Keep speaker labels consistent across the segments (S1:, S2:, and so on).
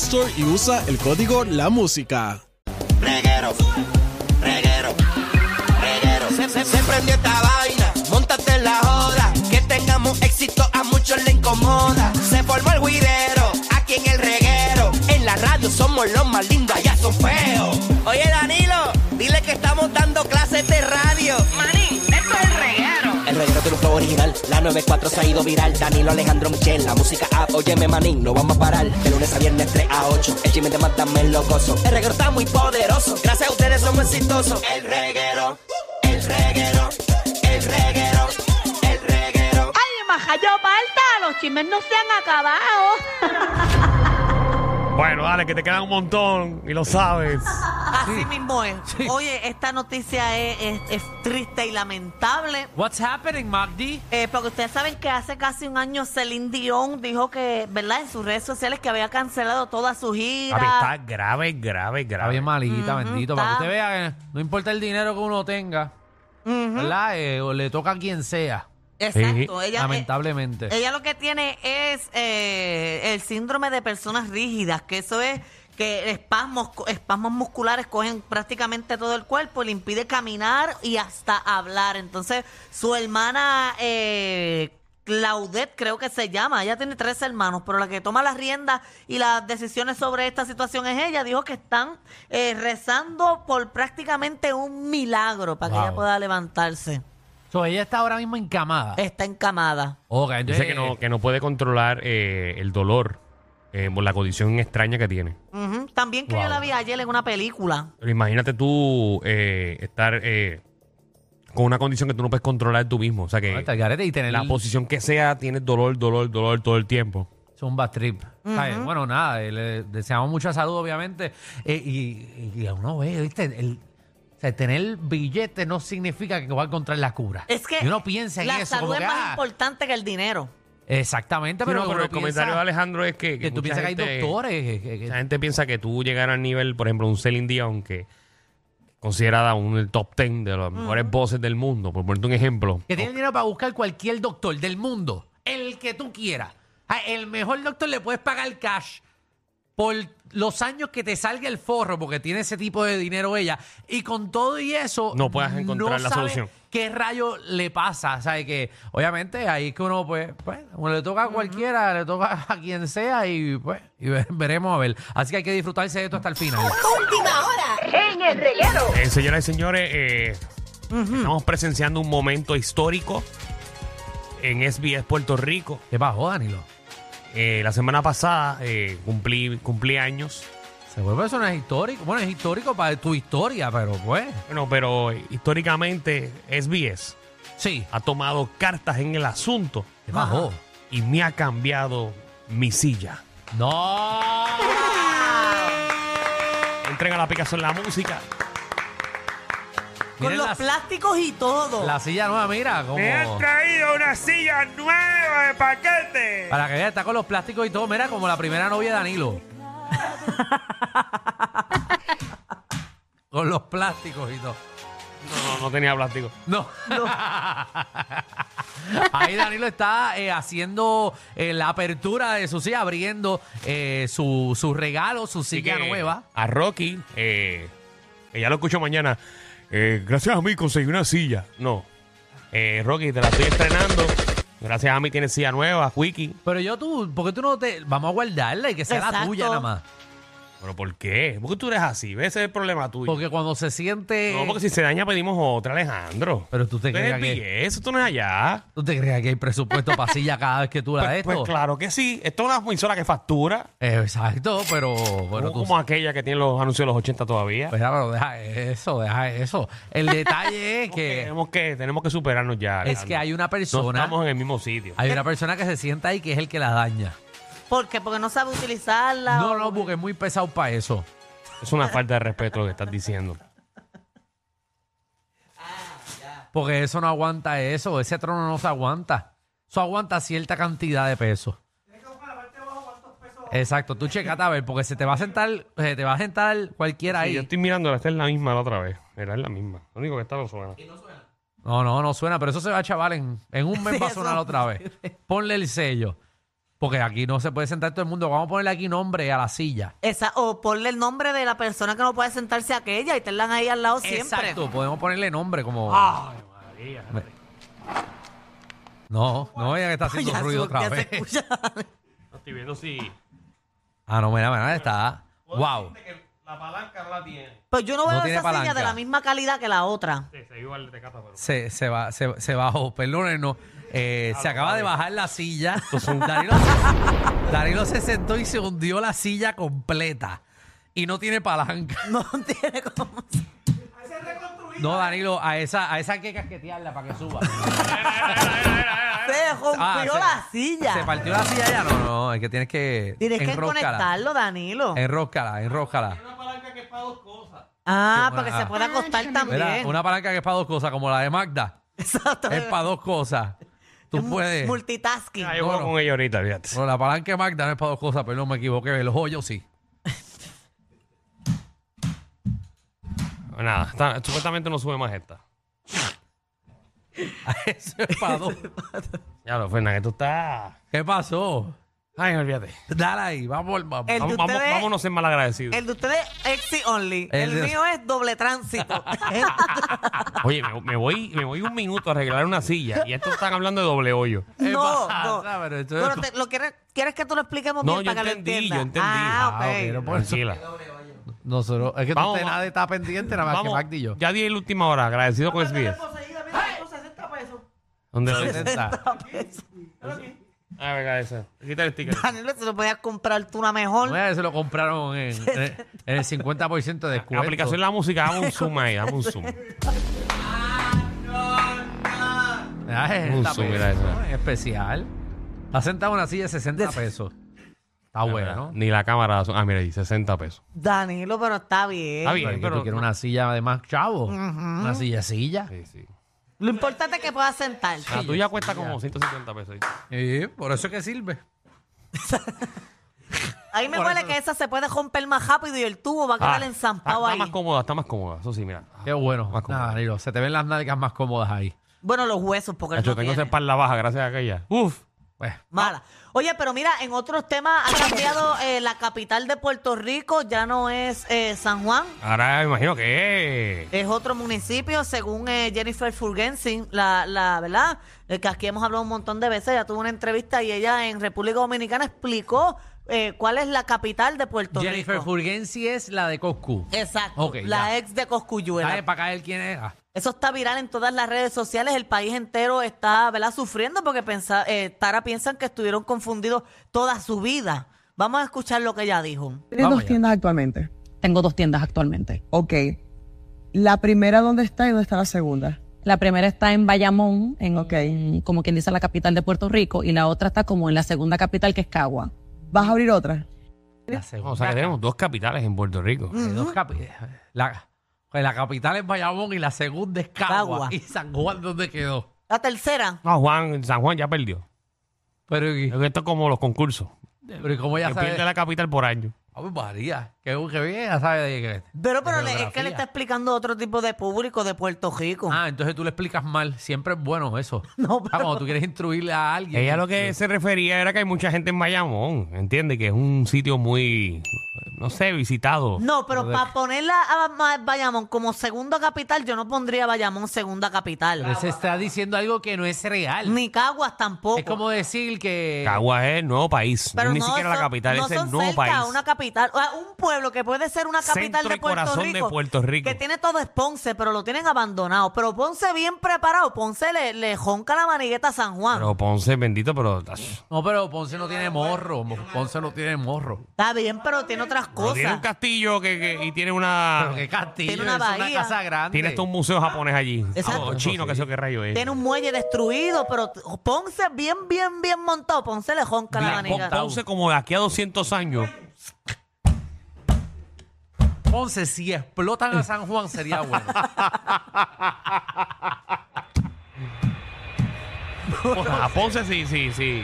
S1: Store y usa el código La Música.
S2: Reguero, reguero, reguero. Se, se- se prendió esta vaina, montate en la joda. Que tengamos éxito a muchos le incomoda. Se formó el guirero, aquí en el reguero. En la radio somos los más lindos, allá son feos. Oye Danilo, dile que estamos dando clases de radio.
S3: Manín, esto es el reguero.
S2: El reguero tiene un flow original, la 94 se ha ido viral. Danilo Alejandro Michel, la música app, óyeme manín, no vamos a parar. De lunes a viernes 3 a 8, el chisme de Mátame lo gozo. El reguero está muy poderoso, gracias a ustedes somos exitosos. El reguero, el reguero, el reguero, el reguero.
S3: Ay, majayo palta, los chismes no se han acabado.
S4: Bueno, dale, que te quedan un montón y lo sabes.
S5: Así mismo es. Oye, esta noticia es, es- es triste y lamentable.
S6: What's happening, Magdi?
S5: eh, porque ustedes saben que hace casi un año Celine Dion dijo que, ¿verdad? En sus redes sociales que había cancelado toda su gira.
S4: Papi, está grave, grave,
S6: Está
S4: grave.
S6: bien malita, bendito. Para
S5: está.
S6: que usted vea que no importa el dinero que uno tenga, ¿verdad? Eh, o le toca a quien sea,
S5: Exacto.
S4: Sí,
S5: ella,
S6: lamentablemente.
S5: eh, ella lo que tiene es eh, el síndrome de personas rígidas, que eso es que espasmos, espasmos musculares cogen prácticamente todo el cuerpo, le impide caminar y hasta hablar. Entonces, su hermana eh, Claudette, creo que se llama, ella tiene tres hermanos, pero la que toma las riendas y las decisiones sobre esta situación es ella. Dijo que están eh, rezando por prácticamente un milagro para que
S4: Wow.
S5: ella pueda levantarse.
S6: So, ella está ahora mismo Oh, encamada.
S5: Está encamada.
S6: Ok,
S4: Dice
S6: entonces-
S4: que no, que no puede controlar eh, el dolor eh, por la condición extraña que tiene.
S5: Ujú, También que yo
S4: Wow.
S5: la vi ayer en una película.
S4: Pero imagínate tú eh, estar eh, con una condición que tú no puedes controlar tú mismo. O sea que
S6: no, está el garete y tener
S4: la posición que sea, tienes dolor, dolor, dolor todo el tiempo.
S6: Zumba Trip. Está bien. Bueno, nada, eh, le deseamos mucha salud, obviamente. Eh, y, y- y a uno ve, ¿viste? El, o sea, tener billete no significa que va a encontrar la cura.
S5: Es que
S6: Y uno piensa en
S5: la
S6: eso.
S5: salud
S6: como
S5: es
S6: que,
S5: más
S6: ah,
S5: importante que el dinero.
S6: Exactamente,
S4: Sí,
S6: pero,
S4: no, pero
S6: uno
S4: el
S6: piensa
S4: comentario de Alejandro es que,
S6: que tú
S4: mucha
S6: piensas que hay
S4: gente-
S6: doctores. eh, que- que-
S4: La gente piensa que tú llegar al nivel, por ejemplo, un Celine Dion, que considerada un el top 10 de las mejores voces del mundo, por ponerte un ejemplo.
S6: Que tiene dinero para buscar cualquier doctor del mundo, el que tú quieras. Ah, El mejor doctor le puedes pagar cash por los años que te salga el forro, porque tiene ese tipo de dinero ella. Y con todo y eso.
S4: No puedas encontrar la
S6: sabe
S4: solución.
S6: ¿Qué rayo le pasa? ¿Sabes? Que obviamente ahí es que uno, pues, pues, uno le toca a cualquiera, le toca a quien sea y pues, y ve- veremos a ver. Así que hay que disfrutarse de esto hasta el final.
S4: Eh, señoras y señores, eh, estamos presenciando un momento histórico en SBS Puerto Rico.
S6: ¿Qué pasó, Danilo?
S4: Eh, la semana pasada eh, cumplí, cumplí años.
S6: Se vuelve eso no es histórico. Bueno, es histórico para tu historia, pero pues.
S4: Bueno, pero eh, históricamente SBS
S6: Sí.
S4: ha tomado cartas en el asunto
S6: ¿Qué pasó?
S4: y me ha cambiado mi silla.
S6: ¡No!
S4: Entren a la aplicación La Música.
S5: Con
S6: Miren
S5: los
S6: la,
S5: plásticos y todo.
S6: la silla nueva, mira,
S4: Oh.
S6: como.
S4: traído una silla nueva de paquete.
S6: Para que vean, está con los plásticos y todo, mira, como la primera novia de Danilo. con los plásticos y todo.
S4: No, no, no tenía plástico.
S6: No. Ahí Danilo está eh, haciendo eh, la apertura de su silla, abriendo eh, su, su regalo, su
S4: Así
S6: silla
S4: que,
S6: nueva.
S4: A Rocky, eh, que ya lo escucho mañana. eh, gracias a mí conseguí una silla. No. Eh, Rocky, te la estoy estrenando. Gracias a mí tienes silla nueva, Wiki.
S6: Pero yo tú, ¿por qué tú no te... Vamos a guardarla y que sea la
S5: Exacto.
S6: tuya nada más.
S4: ¿Pero por qué? ¿Por qué tú eres así? Ese es el problema tuyo.
S6: Porque cuando se siente...
S4: No, porque si se daña pedimos otra, Alejandro.
S6: Pero tú te
S4: Tú eres
S6: creas que...
S4: BS, eso tú no es allá.
S6: ¿Tú te creas que hay presupuesto para silla cada vez que tú la de
S4: Pues,
S6: esto?
S4: pues claro que sí. Esto es una consola que factura.
S6: Eh, Exacto, pero bueno,
S4: no
S6: tú...
S4: como aquella que tiene los anuncios de los 80 todavía.
S6: Espera, pero deja eso, deja eso. El detalle es
S4: Tenemos que-
S6: que
S4: tenemos, que, tenemos que superarnos ya.
S6: es que
S4: Alejandro.
S6: hay una
S4: No
S6: persona,
S4: estamos en el mismo sitio.
S6: hay una persona que se sienta ahí que es el que la daña.
S5: ¿Por qué? Porque no sabe utilizarla.
S6: No,
S5: o-
S6: no, porque es muy pesado para eso.
S4: Es una falta de respeto lo que estás diciendo.
S6: Porque eso no aguanta eso, ese trono no se aguanta. Eso aguanta cierta cantidad de peso. Exacto, tú checate a ver, porque se te va a sentar, se te va a sentar cualquiera
S4: Sí, yo
S6: ahí.
S4: estoy mirándola, esta es la misma la otra vez. Era la misma. Lo único que está no suena.
S6: No, no, no suena, pero eso se va a chaval en, en un mes
S5: Sí,
S6: va a
S5: eso-
S6: sonar otra vez. Ponle el sello. Porque aquí no se puede sentar todo el mundo. Vamos a ponerle aquí nombre a la silla.
S5: Esa, o ponle el nombre de la persona que no puede sentarse a aquella y tenla ahí al lado siempre.
S6: Exacto, podemos ponerle nombre como. Me- No, no, ella que está haciendo
S5: Ya
S6: ruido
S5: su-
S6: otra
S5: ya se
S6: vez.
S5: escucha.
S4: No estoy viendo si.
S6: Ah, no, mira, mira, está. Wow.
S4: La palanca no la tiene.
S5: Pues yo no
S6: No
S5: veo
S6: tiene
S5: esa silla
S6: palanca.
S5: de la misma calidad que la otra.
S4: Se igual de cata, pero.
S6: Se, se, va, se, se bajó, perdónenos. Eh, se acaba de bajar la silla. Darilo, se- Darilo se sentó y se hundió la silla completa. Y no tiene palanca.
S5: No tiene como...
S6: No, Danilo, a esa, a esa hay que casquetearla para que suba.
S5: Se rompió
S6: Ah, se-
S5: la silla.
S6: Se partió la silla ya. No, no, es que tienes que.
S5: Tienes que
S6: enróscala.
S5: conectarlo, Danilo.
S6: Eh, Enróscala, enróscala.
S5: Ah,
S6: Sí,
S5: para que
S6: una-
S5: se pueda acostar también.
S6: Mira, una palanca que es para dos cosas, como la de Magda.
S5: Exacto.
S6: Es para dos cosas. Tú
S5: Es mu-
S6: puedes.
S5: Multitasking.
S4: yo
S6: No,
S4: juego
S6: no.
S4: con ella ahorita, fíjate.
S6: No, la palanca de Magda no es para dos cosas, pero no me equivoqué. El hoyo sí.
S4: Pues Nada, está- supuestamente no sube más esta.
S6: Eso es para dos.
S4: Ya lo, Fernan, esto está.
S6: ¿Qué pasó?
S4: Ay, olvídate.
S6: Dale ahí, vamos, vamos.
S5: El-
S4: Vamos,
S5: de
S4: vamos,
S5: ustedes-
S4: vámonos a ser malagradecidos.
S5: El de ustedes exit only.
S6: El
S5: El,
S6: de-
S5: mío es doble tránsito.
S4: Oye, me, me voy, me voy un minuto a arreglar una silla y esto están hablando de doble hoyo.
S6: ¿Qué
S5: no,
S6: pasa?
S5: no.
S6: Pero esto es-
S5: Pero te- lo quieres, quieres que tú lo expliquemos
S4: No,
S5: bien
S4: yo
S5: para que
S4: entendí,
S5: lo entiendas.
S4: yo entendí.
S5: Ah, ok.
S6: Ah, ok, no puedo-
S4: Tranquila.
S6: Nosotros, es que
S4: Vamos,
S6: usted
S4: va-
S6: nadie está pendiente, nada más que Magda y yo.
S4: ya di el última hora, agradecido con SBS. ¿Dónde lo dice? Ah, venga, esa. Quita el sticker.
S5: Danilo, si lo podías comprar tú una mejor.
S6: Bueno, se lo compraron en, en- en el 50% de descuento.
S4: La aplicación de la música, dame un zoom ahí, dame un zoom.
S6: Ah, es 60
S4: Uso,
S6: pesos,
S4: mira eso.
S6: ¿no? Es especial. Está sentado en una silla de 60 pesos. Está bueno.
S4: Ni la cámara. Ah, mira, ahí, 60 pesos.
S5: Danilo, pero está bien.
S4: Está
S6: Pero,
S4: bien,
S6: es que tú
S4: pero.
S6: quieres una silla de más chavo. Una silla silla.
S4: Sí, sí.
S5: Lo importante es que puedas sentarte.
S4: La tuya cuesta como 150 pesos. ¿viste?
S6: Sí, por eso es que sirve.
S5: A mí me
S6: Por
S5: huele
S6: eso-
S5: que esa se puede romper más rápido y el tubo va a quedar
S4: Ah,
S5: enzampado
S4: está, está
S5: ahí.
S4: más cómoda, está más cómoda. Eso sí, mira.
S6: Qué bueno.
S4: Más cómodo.
S6: Nada, Danilo, se te ven las nalgas más cómodas ahí.
S5: Bueno, los huesos, porque él
S4: Yo
S5: no
S4: tengo esa
S5: tiene.
S4: espalda baja gracias a aquella. Uf.
S6: Pues,
S5: Mala. Oye, pero mira, en otros temas ha cambiado eh, la capital de Puerto Rico, ya no es eh, San Juan,
S4: Ahora me imagino que.
S5: es otro municipio, según eh, Jennifer Fulgensin, la, la verdad, eh, que aquí hemos hablado un montón de veces, ya tuvo una entrevista y ella en República Dominicana explicó eh, cuál es la capital de Puerto
S6: Jennifer
S5: Rico.
S6: Fulgensi es la de Coscu.
S5: Exacto,
S6: Ok,
S5: la
S6: ya.
S5: ex de Coscuyuela.
S6: ¿Sabes para caer quién Ah, era?
S5: Eso está viral en todas las redes sociales. El país entero está ¿verdad? sufriendo porque pensa, eh, Tara piensan que estuvieron confundidos toda su vida. Vamos a escuchar lo que ella dijo.
S7: ¿Tienes
S6: Vamos
S7: dos
S6: allá.
S7: tiendas actualmente?
S8: Tengo dos tiendas actualmente.
S7: Ok. ¿La primera dónde está y dónde está la segunda?
S8: La primera está en Bayamón, en,
S7: Ok.
S8: en- como quien dice la capital de Puerto Rico, y la otra está como en la segunda capital que es Cagua.
S7: ¿Vas a abrir otra?
S6: La
S4: O sea que tenemos dos capitales en Puerto Rico.
S6: Hay dos capi- la, pues la capital es Bayamón y la segunda es Cagua.
S5: Cagua.
S6: ¿Y San Juan dónde quedó?
S5: La tercera,
S4: No, Juan, San Juan ya perdió.
S6: Pero, ¿y-
S4: Esto es como los concursos.
S6: pero ¿y cómo ya
S4: Que
S6: sabe?
S4: pierde la capital por año.
S6: Ay, María, que que bien, ya sabe de qué.
S5: pero,
S6: de
S5: pero le- es que le
S6: geografía.
S5: está explicando a otro tipo de público de Puerto Rico.
S6: Ah, entonces tú le explicas mal. Siempre es bueno eso.
S5: No,
S6: Ah, cuando tú quieres instruirle a alguien.
S4: Ella lo que se refería era que hay mucha gente en Bayamón, ¿entiendes? Que es un sitio muy no sé, visitado.
S5: No, pero para ponerla a Ma- Bayamón como segunda capital, yo no pondría Bayamón segunda capital.
S6: Pero se está diciendo algo que no es real.
S5: Ni Caguas tampoco.
S6: Es como decir que.
S4: Caguas es el nuevo país. no
S5: pero
S4: es ni
S5: no
S4: siquiera la
S5: son-
S4: capital,
S5: no
S4: es el
S5: son
S4: nuevo
S5: cerca
S4: país.
S5: a una capital, a un pueblo que puede ser una capital
S4: Centro
S5: de
S4: y
S5: Puerto,
S4: corazón de
S5: Rico,
S4: Puerto Rico.
S5: Que tiene todo es Ponce, pero lo tienen abandonado. Pero Ponce bien preparado, Ponce le, le jonca la manigueta a San Juan.
S4: Pero Ponce, bendito, pero ach,
S6: No, pero Ponce no tiene morro. Mo- Ponce no tiene morro.
S5: Está bien, pero tiene otras
S4: pero tiene un
S5: cosas.
S4: castillo que, que- y tiene una.
S6: Pero qué castillo.
S5: Tiene una
S6: es
S5: bahía.
S6: una casa grande.
S4: Tiene hasta un museo japonés allí.
S5: Exacto.
S4: O chino, que sé yo qué rayo es.
S5: Tiene un muelle destruido, pero t- Ponce bien, bien, bien montado. Ponce le jonca la
S6: Bien
S5: manigueta.
S6: montado.
S4: Ponce, como de aquí a 200 años.
S6: Ponce, si explotan a San Juan, sería bueno.
S4: A Ponce, sí, sí, sí.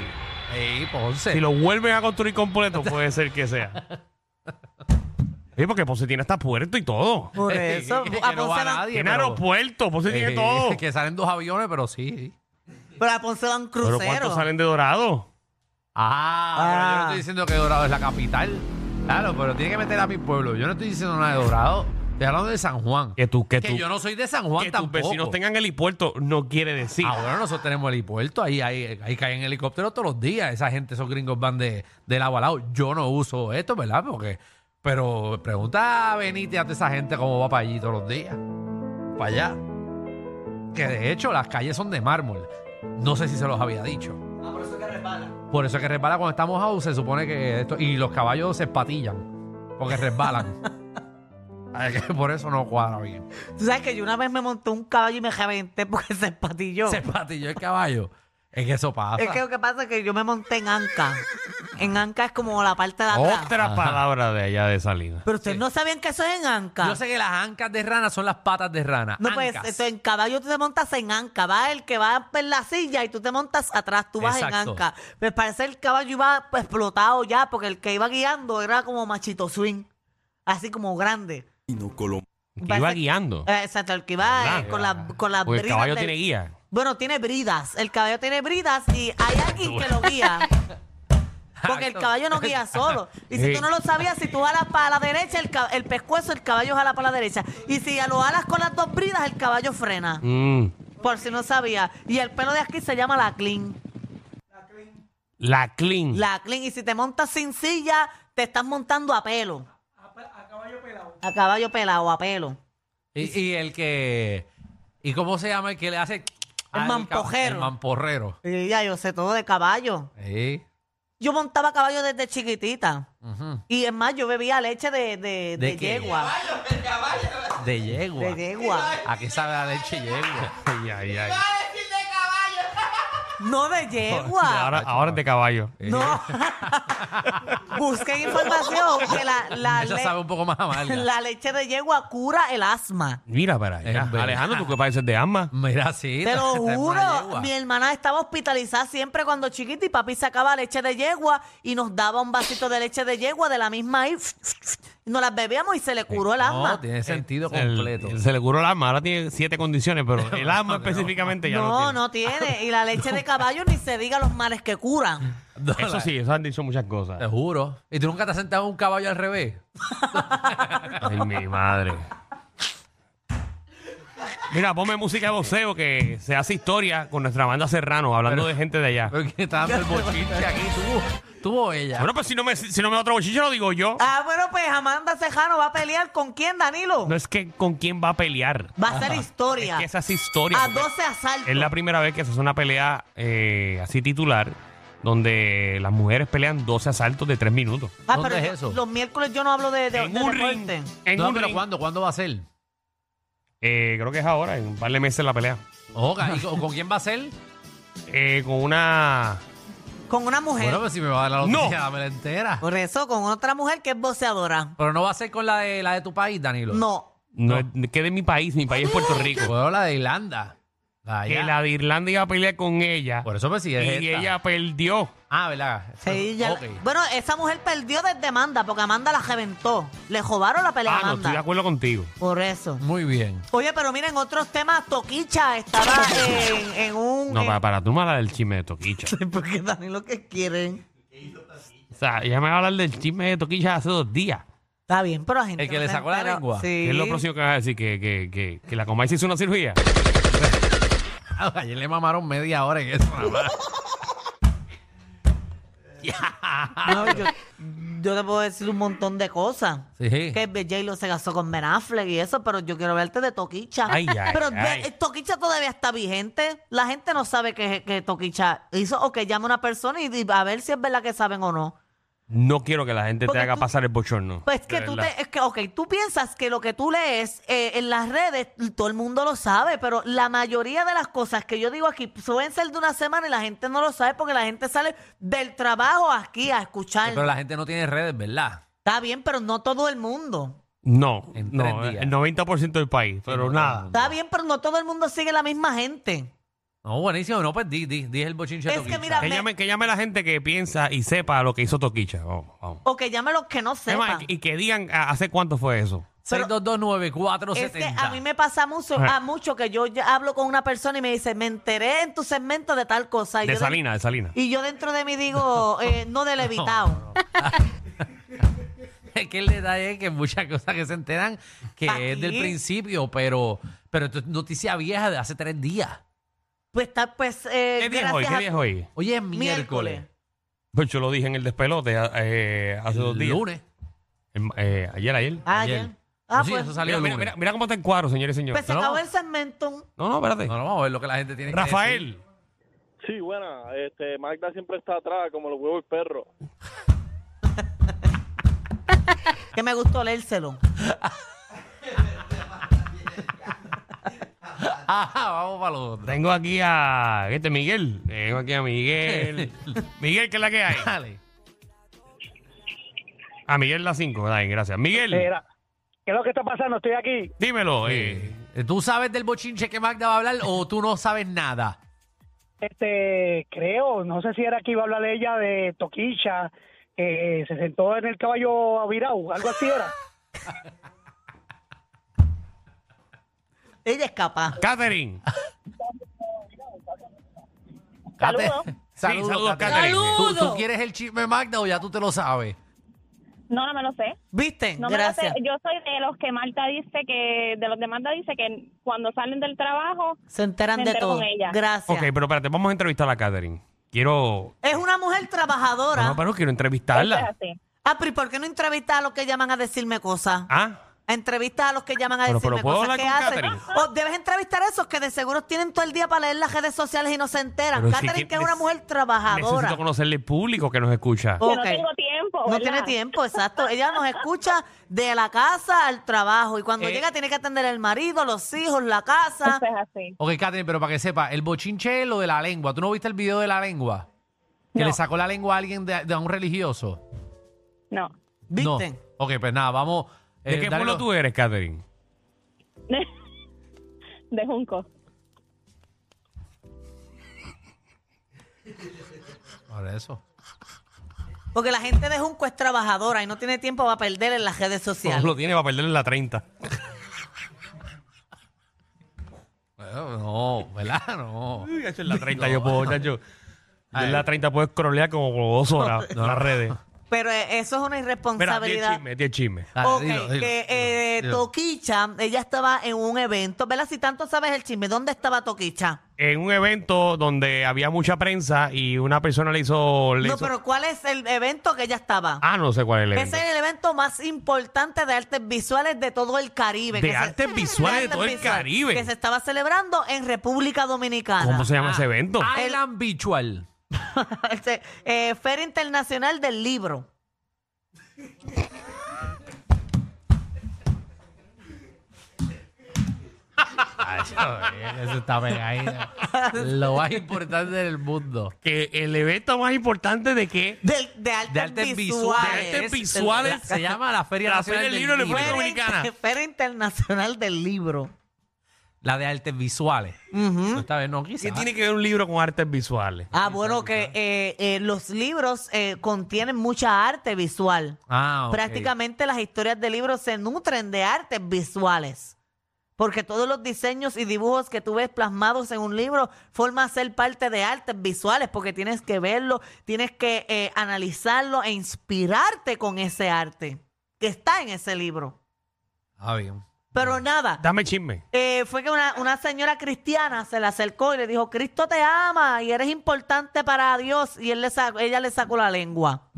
S6: Ey, Ponce.
S4: Si lo vuelven a construir completo, puede ser que sea. Sí, porque Ponce tiene hasta puerto y todo.
S5: Por eso,
S6: Que
S5: a
S6: no
S5: Ponce
S6: va
S5: van-
S6: nadie,
S4: Tiene
S6: pero-
S4: aeropuerto, Ponce tiene
S6: Eh,
S4: todo.
S6: Que salen dos aviones, pero sí.
S5: Pero a Ponce van
S4: Pero ¿cuántos
S5: cruceros.
S4: salen de Dorado?
S6: Ah,
S5: Ah.
S6: pero yo no estoy diciendo que Dorado es la capital. Claro, pero tiene que meter a mi pueblo. Yo no estoy diciendo nada de Dorado. Estoy hablando de San Juan.
S4: Que tú, que
S6: Que
S4: tú-
S6: yo no soy de San
S4: que
S6: Juan
S4: tus
S6: tampoco.
S4: vecinos tengan helipuerto no quiere decir.
S6: Ah, bueno, nosotros tenemos helipuerto. Ahí, ahí, ahí caen helicópteros todos los días. Esa gente, esos gringos van de, de lado a lado. Yo no uso esto, ¿verdad? Porque, pero pregunta a Benítez a toda esa gente cómo va para allí todos los días. Para allá. Que de hecho las calles son de mármol. No sé si se los había dicho. por eso es que resbala. Por eso es que resbala cuando estamos out, se supone que esto. Y los caballos se espatillan. Porque resbalan. Ay, que por eso no cuadra bien.
S5: Tú sabes que yo una vez me monté un caballo y me reventé porque se empatilló.
S6: Se espatilló el caballo. Es que eso pasa.
S5: Es que lo que pasa es que yo me monté en Anca. En Anca es como la parte de atrás.
S4: Otra palabra de allá de salida.
S5: Pero ustedes no sabían que eso es en Anca.
S6: Yo sé que las ancas de rana son las patas de rana.
S5: no, pues
S6: ancas.
S5: entonces, en caballo tú te montas en Anca. Va el que va en la silla y tú te montas atrás. Tú vas en
S6: Exacto.
S5: Anca. Me parece el caballo iba pues, explotado ya porque el que iba guiando era como machito swing. Así como grande.
S4: Que iba
S5: Parece-
S4: guiando.
S5: Eh, Exacto, el que iba eh,
S4: ¿Verdad?
S5: con la con las
S4: Porque el
S5: bridas
S4: caballo
S5: del-
S4: tiene guía.
S5: Bueno, tiene bridas. El caballo tiene bridas y hay alguien que lo guía. Porque el caballo no guía solo. Y si
S4: Sí.
S5: tú no lo sabías, si tú jalas para la derecha, el, ca- el pescuezo, el caballo jala para la derecha. Y si lo jalas con las dos bridas, el caballo frena.
S4: Mm.
S5: Por si no sabía. Y el pelo de aquí se llama la clean.
S4: La clean.
S5: La clean. Y si te montas sin silla, te estás montando a pelo. A, caballo pelado. A caballo pelado, a pelo.
S6: Y, y el que. ¿Y cómo se llama el que le hace. al cab-
S5: mampojero.
S6: El mamporrero.
S5: Y ya yo sé todo de caballo.
S6: Sí.
S5: Yo montaba caballo desde chiquitita.
S6: Ujú.
S5: Y es más, yo bebía leche de, de,
S6: ¿De
S5: de
S6: qué?
S5: yegua.
S6: De yegua.
S5: De yegua.
S6: ¿A qué sabe la leche yegua?
S4: Ay, ay, ay.
S5: No de
S6: Ah.
S4: Y
S5: yegua.
S4: Ahora, ahora es de caballo.
S5: No. Busquen información que la, la,
S6: Ella
S5: le-
S6: sabe un poco más amarga.
S5: la leche de yegua cura el asma.
S4: Mira para
S6: Es
S4: allá.
S6: verdad.
S4: Alejandro, ¿tú qué pareces de asma?
S6: Mira, sí.
S5: Te lo
S6: está- está en una
S5: juro,
S6: yegua.
S5: mi hermana estaba hospitalizada siempre cuando chiquita y papi sacaba leche de yegua y nos daba un vasito de leche de yegua de la misma ahí. Y nos las bebíamos y se le curó el
S6: No,
S5: asma.
S6: tiene sentido
S4: El-
S6: completo.
S4: se le curó el asma. Ahora tiene siete condiciones, pero el asma específicamente ya
S5: No,
S4: no,
S5: no tiene. Y la leche de caballo ni se diga los males que curan.
S6: No,
S4: tiene. Eso
S6: la-
S4: sí, eso han dicho muchas cosas.
S6: Te juro. ¿Y tú nunca te has sentado en un caballo al revés?
S4: Ay, mi madre. Mira, ponme música de boxeo que se hace historia con nuestra banda Serrano, hablando de gente de allá.
S6: Pero que está dando el bochinche aquí. Tuvo, tuvo ella.
S4: Bueno, pues si no me, si no me da otro bochicho, lo digo yo.
S5: Ah, bueno, pues Amanda Cejano va a pelear con quién, Danilo.
S4: No es que con quién va a pelear.
S5: Va a ser historia.
S4: Es que esa es historia.
S5: a
S4: porque
S5: 12 asaltos.
S4: Es la primera vez que se hace una pelea eh, así titular, donde las mujeres pelean 12 asaltos de 3 minutos.
S5: Ah,
S6: ¿Dónde
S5: pero
S6: es
S5: yo-
S6: eso?
S5: Los miércoles yo no hablo de, de,
S4: en
S5: de
S4: un ring.
S5: deporte.
S4: En
S6: no,
S4: un
S6: pero
S4: ring.
S6: ¿cuándo, ¿cuándo va a ser?
S4: Eh, creo que es ahora, en un par de meses la pelea.
S6: Ok, Oh, ¿y con, con quién va a ser?
S4: Eh, con una.
S5: Con una mujer.
S6: Bueno, pues si me va a dar la noticia,
S4: No.
S6: dámela entera.
S5: Por eso, con otra mujer que es boxeadora.
S6: Pero no va a ser con la de, la de tu país, Danilo.
S5: No.
S4: No, es- que de mi país, mi país es Puerto Rico.
S6: Bueno, la de Irlanda. La de
S4: Que
S6: allá.
S4: la de Irlanda iba a pelear con ella.
S6: Por eso me sigue. es
S4: y
S6: esta.
S4: ella perdió.
S6: Ah, ¿verdad?
S5: Sí, ya-
S6: Ok.
S5: Bueno, esa mujer perdió desde Amanda, porque Amanda la reventó. Le robaron la pelea
S4: Ah,
S5: a
S4: no, estoy de
S5: Amanda.
S4: acuerdo contigo.
S5: Por eso.
S6: Muy bien.
S5: Oye, pero miren, otros temas. Toquicha estaba en, en un.
S4: No, para, para tú me hablas del chisme de Toquicha.
S5: Porque Danilo, que quieren?
S4: O sea, ella me va a hablar del chisme de Toquicha hace dos días.
S5: Está bien, pero la gente.
S6: El que
S5: no
S6: le
S5: se
S6: sacó la
S5: enteró.
S6: lengua.
S5: Sí.
S4: ¿Qué es lo próximo que vas a decir? ¿Que, que, que, que la Comay se hizo una cirugía?
S6: Ayer le mamaron media hora en eso, nada más.
S5: Ah, No, yo, yo te puedo decir un montón de cosas.
S6: Sí.
S5: Que J-Lo se casó con Ben Affleck y eso, pero yo quiero verte de Toquicha.
S4: Ay, ay,
S5: pero
S4: ay.
S5: ve- Toquicha todavía está vigente. La gente no sabe que, que Toquicha hizo o que llama a una persona y, y a ver si es verdad que saben o no.
S4: No quiero que la gente te
S5: Porque
S4: haga
S5: tú-
S4: pasar el bochorno.
S5: Pues que
S4: De
S5: tú
S4: verdad.
S5: te, es que, ok, tú piensas que lo que tú lees eh, en las redes, todo el mundo lo sabe, pero la mayoría de las cosas que yo digo aquí suelen ser de una semana y la gente no lo sabe porque la gente sale del trabajo aquí a escuchar.
S6: Pero la gente no tiene redes, ¿verdad?
S5: Está bien, pero no todo el mundo.
S4: No,
S6: En
S4: no,
S6: tres días.
S4: el 90% del país, pero
S6: no,
S4: nada.
S5: Está bien, pero no todo el mundo sigue la misma gente.
S6: No, buenísimo. No, pues di, di, di el bochinche
S5: Es
S6: de
S5: que
S6: Toquicha.
S5: mira-
S4: Que llame, que llame la gente que piensa y sepa lo que hizo Toquicha. Vamos, vamos.
S5: O que llame los que no
S4: Es más,
S5: sepan.
S4: y que digan a- hace cuánto fue eso.
S5: pero-
S6: 6229470.
S5: Es que a mí me pasa mucho,
S4: Ajá.
S5: a mucho que yo ya hablo con una persona y me dice, me enteré en tu segmento de tal cosa. Y,
S4: de
S5: yo, de-
S4: Salina, de Salina.
S5: y yo dentro de mí digo, eh, no del evitado.
S6: Es que el detalle es eh? que muchas cosas que se enteran que
S5: Aquí.
S6: es del principio, pero, pero esto es noticia vieja de hace tres días.
S5: Pues está, pues. eh,
S4: ¿Qué día es
S5: gracias
S4: hoy? ¿Qué
S5: a-
S4: día es hoy?
S6: Hoy es
S5: Miércoles.
S6: miércoles.
S4: Pues yo lo dije en el despelote eh, hace dos días.
S6: Lunes.
S4: Em- eh, ayer, ayer.
S5: Ayer.
S6: Ayer.
S5: Ah,
S6: Sí,
S5: pues.
S6: eso
S4: Mira,
S6: salió
S4: mira,
S6: lunes.
S4: mira- mira cómo está el cuadro, señores y señores.
S5: pues se
S4: No,
S5: acabó el segmento.
S4: No, no, espérate. Eh,
S6: No, no, vamos a ver lo que la gente tiene que decir.
S4: Rafael.
S9: Sí, bueno, este, Magda siempre está atrás, como los huevos del perro.
S5: Que me gustó leérselo.
S6: Ajá, vamos para lo otro.
S4: Tengo aquí a. Este Miguel. Tengo aquí a Miguel. Miguel, ¿qué es la que hay?
S6: Dale.
S4: A Miguel la 5, gracias. Miguel,
S9: ¿qué es lo que está pasando? Estoy aquí.
S4: dímelo. eh,
S6: Eh, ¿Tú sabes del bochinche que Magda va a hablar o tú no sabes nada?
S9: Este, creo, no sé si era que iba a hablar ella de Toquicha, que se sentó en el caballo avirado, algo así era.
S5: Ella es capaz.
S4: Catherine.
S9: Saludos.
S6: Cate-
S4: Sí, saludos,
S6: Cate.
S4: Catherine.
S6: ¿Tú, tú quieres el chisme Magda o ya tú te lo sabes?
S10: No, no me lo sé.
S5: ¿Viste?
S10: No me lo
S5: Gracias.
S10: sé. Yo soy de los que Marta dice que, de los de Marta dice que cuando salen del trabajo,
S5: Se enteran
S10: Me
S5: de
S10: entero
S5: todo.
S10: con ella.
S5: Gracias.
S4: Ok, pero espérate, vamos a entrevistar a Catherine. Quiero.
S5: Es una mujer trabajadora.
S4: No, pero quiero
S10: eso es
S4: entrevistarla.
S10: pues, así.
S5: Ah, pero ¿y por qué no entrevistas a los que llaman a decirme cosas?
S4: Ah,
S5: Entrevista a los que llaman a
S4: Pero-
S5: decirme
S4: pero ¿puedo hablar
S5: cosas que
S4: con
S5: hacen.
S4: Catherine?
S5: O debes entrevistar a esos que de seguro tienen todo el día para leer las redes sociales y no se enteran.
S4: Pero si
S5: Catherine,
S4: que-
S5: que es una
S4: neces-
S5: mujer trabajadora.
S4: necesito conocerle el público que nos escucha.
S10: Yo
S5: Ok.
S10: no tengo tiempo.
S5: No
S10: ¿verdad?
S5: tiene tiempo, exacto. Ella nos escucha de la casa al trabajo y cuando
S6: Eh.
S5: llega tiene que atender el marido, los hijos, la casa.
S10: Eso es Pues, así.
S6: Ok, Catherine, pero para que sepa, el bochinche es lo de la lengua. ¿Tú no viste el video de la lengua? Que le sacó la lengua a alguien de, de a un religioso.
S10: No.
S6: No.
S5: ¿Viste?
S6: Ok, pues nada, vamos.
S4: ¿De
S6: eh,
S4: qué
S6: dale
S4: pueblo
S6: lo-
S4: tú eres, Catherine?
S10: de Junco.
S6: Ahora eso.
S5: Porque la gente de Junco es trabajadora y no tiene tiempo para perder en las redes
S4: No
S5: sociales.
S4: Pues lo tiene para perder en la 30.
S6: Bueno, no, ¿verdad? No.
S4: En la 30 yo puedo, chacho. Yo en la 30 puedo scrollear como por dos horas en las redes.
S5: Pero eh, eso es una
S4: Mira, 10
S5: irresponsabilidad.
S4: chisme, 10 chisme.
S6: Dale,
S5: ok,
S6: dilo, dilo,
S5: que
S6: dilo,
S5: eh,
S6: dilo.
S5: Toquicha, ella estaba en un evento, ¿verdad? Si tanto sabes el chisme, ¿dónde estaba Toquicha?
S4: En un evento donde había mucha prensa y una persona le hizo. le
S5: No,
S4: hizo-
S5: pero ¿cuál es el evento que ella estaba?
S4: Ah, no sé cuál es el evento.
S5: Ese es el evento más importante de artes visuales de todo el Caribe.
S4: De
S5: que se-
S4: artes visuales de
S5: artes
S4: todo el
S5: visuales,
S4: Caribe.
S5: Que se estaba celebrando en República Dominicana.
S4: ¿Cómo se llama ese evento?
S5: Ah.
S6: Island Visual.
S5: Este, eh, Feria Internacional del Libro.
S6: Eso está pegadito. Lo más importante del mundo.
S4: que el evento más importante de que
S5: Del- de artes,
S6: De artes visuales.
S5: visuales.
S4: De artes visuales.
S6: Se llama la Feria
S4: La
S6: Nacional
S4: Feria del
S6: del
S4: Libro de
S6: Libro.
S4: Puerto Rico. Dominicana.
S5: Feria Internacional del Libro.
S6: La de artes visuales.
S5: Ujú.
S6: Esta vez no quise.
S4: ¿Qué tiene que ver un libro con artes visuales?
S5: Ah, bueno, que eh, eh, los libros eh, contienen mucha arte visual.
S6: Ah, ok.
S5: Prácticamente las historias de libros se nutren de artes visuales. Porque todos los diseños y dibujos que tú ves plasmados en un libro forman ser parte de artes visuales, porque tienes que verlo, tienes que eh, analizarlo e inspirarte con ese arte. que está en ese libro.
S6: Ah, bien.
S5: Pero nada,
S4: Dame chisme.
S5: eh, fue que una, una señora cristiana se le acercó y le dijo, Cristo te ama y eres importante para Dios. Y él le sa- ella le sacó la lengua.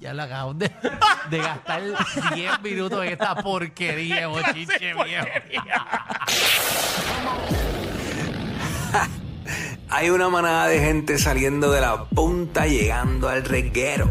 S6: Ya la acaban de, de gastar 10 minutos en esta porquería, bochinche viejo.
S2: Hay una manada de gente saliendo de la punta llegando al reguero.